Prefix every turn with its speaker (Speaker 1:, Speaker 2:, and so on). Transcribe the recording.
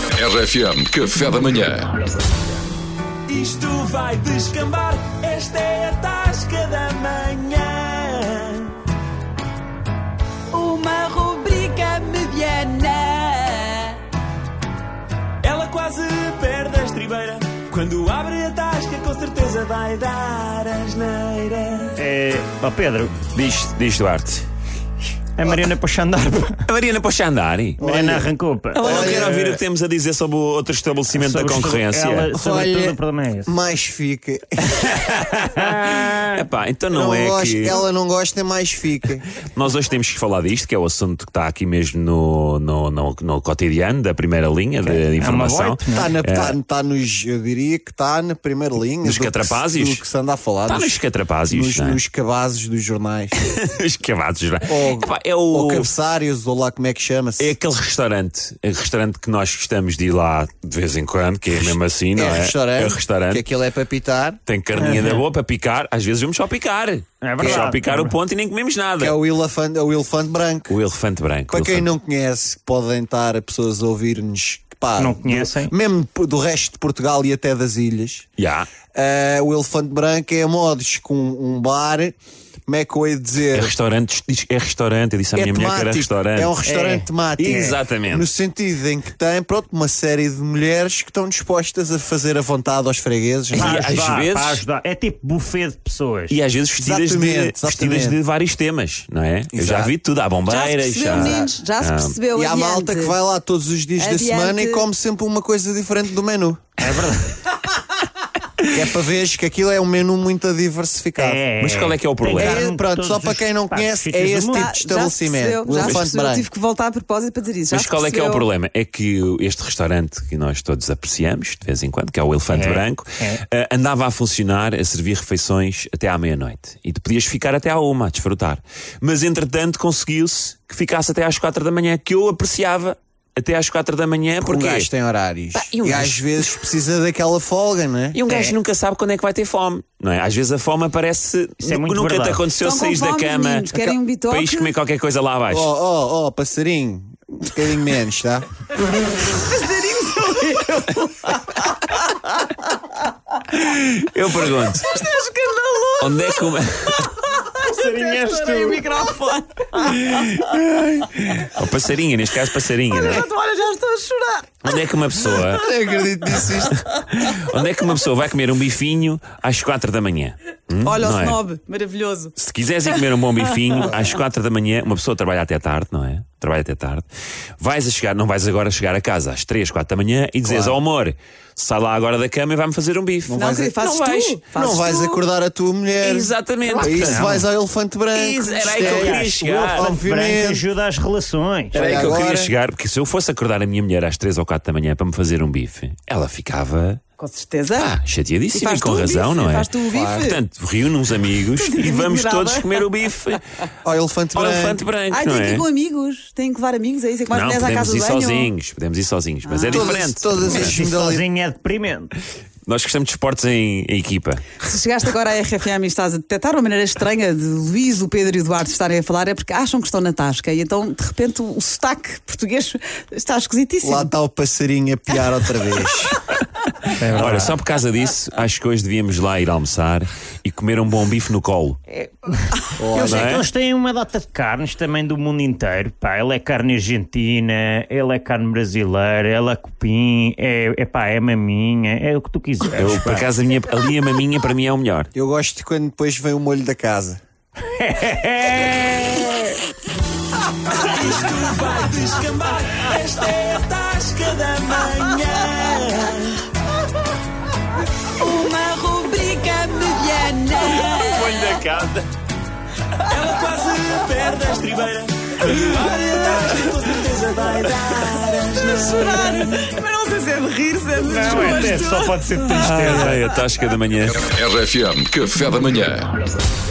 Speaker 1: RFM Café da Manhã.
Speaker 2: Isto vai descambar, esta é a tasca da manhã.
Speaker 3: Uma rubrica mediana.
Speaker 2: Ela quase perde a estribeira. Quando abre a tasca, com certeza vai dar asneira.
Speaker 4: É, ó Pedro, diz, diz Duarte. A Mariana para andar.
Speaker 5: A Mariana pode andar. Ela
Speaker 4: Mariana arrancou. pá.
Speaker 5: não quer ouvir o que temos a dizer sobre o outro estabelecimento
Speaker 4: É. Sobre
Speaker 5: da concorrência.
Speaker 4: Ela, sobretudo,
Speaker 6: Olha,
Speaker 4: o problema é esse.
Speaker 6: mais fica.
Speaker 5: Epá, então não, é
Speaker 6: gosta-
Speaker 5: que
Speaker 6: Ela não gosta, é mais fica.
Speaker 5: nós hoje temos que falar disto, que é o assunto que está aqui mesmo no, no, no, no cotidiano da primeira linha
Speaker 6: É,
Speaker 5: de informação.
Speaker 4: boite, não
Speaker 6: Está na, tá, tá nos, eu diria que está na primeira linha.
Speaker 5: É. Nos
Speaker 6: do que se-
Speaker 5: catrapázios?
Speaker 6: Do que se anda a falar.
Speaker 5: Está nos catrapázios,
Speaker 6: Nos,
Speaker 5: não é?
Speaker 6: nos cabazes dos jornais.
Speaker 5: Os cavados. não é?
Speaker 6: ou,
Speaker 5: Epá, é
Speaker 6: ou
Speaker 5: o,
Speaker 6: cabeçários, ou lá como é que chama-se.
Speaker 5: é aquele restaurante, é restaurante que nós gostamos de ir lá de vez em quando, que é mesmo assim, não é?
Speaker 6: restaurante.
Speaker 5: É restaurante.
Speaker 6: Que Uhum. aquilo é para pitar.
Speaker 5: Tem carninha da boa para picar, às vezes vamos só picar. É
Speaker 4: verdade.
Speaker 5: Só picar
Speaker 4: É
Speaker 5: o ponto e nem comemos nada.
Speaker 6: Que é o elefante, é o elefante branco.
Speaker 5: O elefante branco.
Speaker 6: Para
Speaker 5: o
Speaker 6: quem
Speaker 5: elefante-
Speaker 6: não conhece, podem estar a pessoas a ouvir-nos. que pá,
Speaker 4: Não
Speaker 6: do-
Speaker 4: conhecem.
Speaker 6: mesmo do resto de Portugal e até das ilhas.
Speaker 5: Já.
Speaker 6: Eh, o Elefante Branco é modos com um bar, como é que eu ia
Speaker 5: É
Speaker 6: dizer?
Speaker 5: restaurante, diz- é restaurante. Eu disse à minha mulher que era restaurante.
Speaker 6: é um restaurante
Speaker 4: É.
Speaker 6: temático.
Speaker 5: Exatamente.
Speaker 6: No sentido em que tem pronto, uma série de mulheres que estão dispostas a fazer a vontade aos fregueses. não é?
Speaker 5: E
Speaker 4: Para
Speaker 5: às
Speaker 4: ajudar,
Speaker 5: vezes-
Speaker 4: para ajudar. É tipo buffet de pessoas.
Speaker 5: E é às vezes vestidas, de,
Speaker 6: Exatamente,
Speaker 5: vestidas de
Speaker 6: exatamente.
Speaker 5: vários temas, não é? Eu já
Speaker 6: Exato.
Speaker 5: vi tudo. Há
Speaker 3: Já se
Speaker 5: bombeiras.
Speaker 3: percebeu, meninos? Já se
Speaker 5: Ah.
Speaker 3: percebeu.
Speaker 6: E há
Speaker 3: adiante.
Speaker 6: malta que vai lá todos os dias
Speaker 3: Adiante.
Speaker 6: da semana e come sempre uma coisa diferente do menu.
Speaker 4: É verdade.
Speaker 6: Que é para veres que aquilo é um menu muito diversificado.
Speaker 5: Mas qual é que é o
Speaker 4: Tem
Speaker 5: problema?
Speaker 4: carne
Speaker 6: É,
Speaker 4: de
Speaker 6: pronto,
Speaker 4: todos
Speaker 6: só para
Speaker 4: os
Speaker 6: quem não
Speaker 4: pratos
Speaker 6: conhece,
Speaker 4: feitos
Speaker 6: é
Speaker 4: do
Speaker 6: esse
Speaker 4: mundo.
Speaker 6: tipo
Speaker 3: Já-
Speaker 6: de estabelecimento.
Speaker 3: Já se
Speaker 6: O
Speaker 3: percebeu, já se
Speaker 6: elefante
Speaker 3: percebeu.
Speaker 6: branco.
Speaker 3: Tive que voltar a propósito para dizer isso. Já
Speaker 5: Mas
Speaker 3: se
Speaker 5: qual é que é o
Speaker 3: percebeu.
Speaker 5: problema? É que este restaurante que nós todos apreciamos, de vez em quando, que é o Elefante
Speaker 4: É,
Speaker 5: Branco,
Speaker 4: é.
Speaker 5: eh, andava a funcionar, a servir refeições até à meia-noite. E tu podias ficar até à uma a desfrutar. Mas entretanto conseguiu-se que ficasse até às quatro da manhã, que eu apreciava até às quatro da manhã,
Speaker 6: Um
Speaker 5: porque.
Speaker 6: gajo tem horários.
Speaker 5: e um
Speaker 6: e
Speaker 5: gajo-
Speaker 6: às vezes precisa daquela folga, não é?
Speaker 5: E um gajo nunca sabe quando é que vai ter fome, não é? Às vezes a fome aparece.
Speaker 4: Isso é muito
Speaker 5: nunca
Speaker 4: verdade.
Speaker 5: te aconteceu
Speaker 3: Estão com
Speaker 5: sair da
Speaker 3: fome,
Speaker 5: cama Então,
Speaker 3: meninos, querem um
Speaker 5: para
Speaker 3: bitoque?
Speaker 5: ir comer qualquer coisa lá abaixo.
Speaker 6: Ó, ó, ó, Oh, passarinho. Um bocadinho menos, tá?
Speaker 5: Eu pergunto,
Speaker 3: Isto é escandaloso.
Speaker 5: onde é que uma.
Speaker 6: tipo
Speaker 4: é
Speaker 3: Estourei o microfone.
Speaker 5: Oh, passarinha, neste caso passarinha, não é?
Speaker 3: Olha, já estou a chorar.
Speaker 5: Onde é que uma pessoa.
Speaker 6: Eu acredito nisso. isto.
Speaker 5: Onde é que uma pessoa vai comer um bifinho às 4 da manhã? Hum?
Speaker 3: Olha
Speaker 5: Não
Speaker 3: o
Speaker 5: é?
Speaker 3: snob, maravilhoso.
Speaker 5: Se quiseres ir comer um bom bifinho às 4 da manhã, uma pessoa trabalha até tarde, não é? Trabalha até tarde. Vais a chegar, não vais agora chegar a casa às 3, 4 da manhã e dizes, ó amor, sai lá agora da cama e vai-me fazer um bife.
Speaker 3: Não,
Speaker 6: vais
Speaker 3: querido,
Speaker 6: a-
Speaker 3: fazes
Speaker 5: não vais.
Speaker 3: tu.
Speaker 6: Não
Speaker 3: Fazes
Speaker 6: vais
Speaker 3: tu.
Speaker 6: acordar a tua mulher.
Speaker 5: Exatamente.
Speaker 6: Para É isso
Speaker 5: Não.
Speaker 6: vais ao elefante branco.
Speaker 5: Isso, era aí que eu queria
Speaker 6: Isto é-
Speaker 5: chegar.
Speaker 4: Branco
Speaker 6: Obviamente.
Speaker 4: ajuda às relações.
Speaker 5: Era aí é que eu
Speaker 6: Agora-
Speaker 5: queria chegar, porque se eu fosse acordar a minha mulher às 3 ou 4 da manhã para me fazer um bife, ela ficava
Speaker 3: Com certeza.
Speaker 5: Ah,
Speaker 3: E
Speaker 5: chateadíssima e
Speaker 3: faz
Speaker 5: com
Speaker 3: tu o
Speaker 5: razão,
Speaker 3: bife,
Speaker 5: não é?
Speaker 3: faz tu o bife.
Speaker 5: Portanto, reúne uns amigos
Speaker 3: Tudo
Speaker 5: e vamos
Speaker 3: ignorada.
Speaker 5: todos comer o bife
Speaker 6: Ao elefante
Speaker 5: ao
Speaker 6: branco.
Speaker 5: elefante branco,
Speaker 3: Ai,
Speaker 5: não
Speaker 3: tem que
Speaker 5: é?
Speaker 3: ir com amigos. Tem que levar amigos, é isso? É que mais
Speaker 5: não,
Speaker 3: mulheres à casa
Speaker 5: podemos ir
Speaker 3: do banho.
Speaker 5: sozinhos, podemos ir sozinhos, mas é
Speaker 6: Todas-
Speaker 5: diferente.
Speaker 6: Todas
Speaker 4: Mas
Speaker 6: as
Speaker 4: isso
Speaker 6: modalidades.
Speaker 4: sozinho é deprimente.
Speaker 5: Nós gostamos de esportes em, em equipa.
Speaker 3: Se chegaste agora à RFM e estás a detectar uma maneira estranha de Luís, o Pedro e o Eduardo estarem a falar, é porque acham que estão na tasca e então, de repente, o sotaque português está esquisitíssimo.
Speaker 6: Lá está o passarinho a piar outra vez.
Speaker 3: É
Speaker 5: Ora, só por causa disso, acho que hoje devíamos lá ir almoçar e comer um bom bife no colo.
Speaker 3: É.
Speaker 4: Eles,
Speaker 5: Não
Speaker 4: é
Speaker 5: é?
Speaker 4: que eles têm uma data de carnes também do mundo inteiro. Pá, ele é carne argentina, ele é carne brasileira, ela é cupim, é, é pá, é maminha, é o que tu quiseres.
Speaker 5: Eu, por acaso, a minha, ali a maminha para mim é o melhor.
Speaker 6: Eu gosto de quando depois vem o molho da casa.
Speaker 4: É.
Speaker 2: Isto vai descambar, esta é a tasca da manhã.
Speaker 3: Uma rubrica mediana.
Speaker 2: Ela quase perde a estribeira. Quando abre a tasca, com certeza vai dar asneira.
Speaker 3: chorar. Mas não sei se é de rir, se é de desgosto. Ah.
Speaker 4: só pode ser triste.
Speaker 5: Ai, a tasca da manhã.
Speaker 1: RFM Café da Manhã.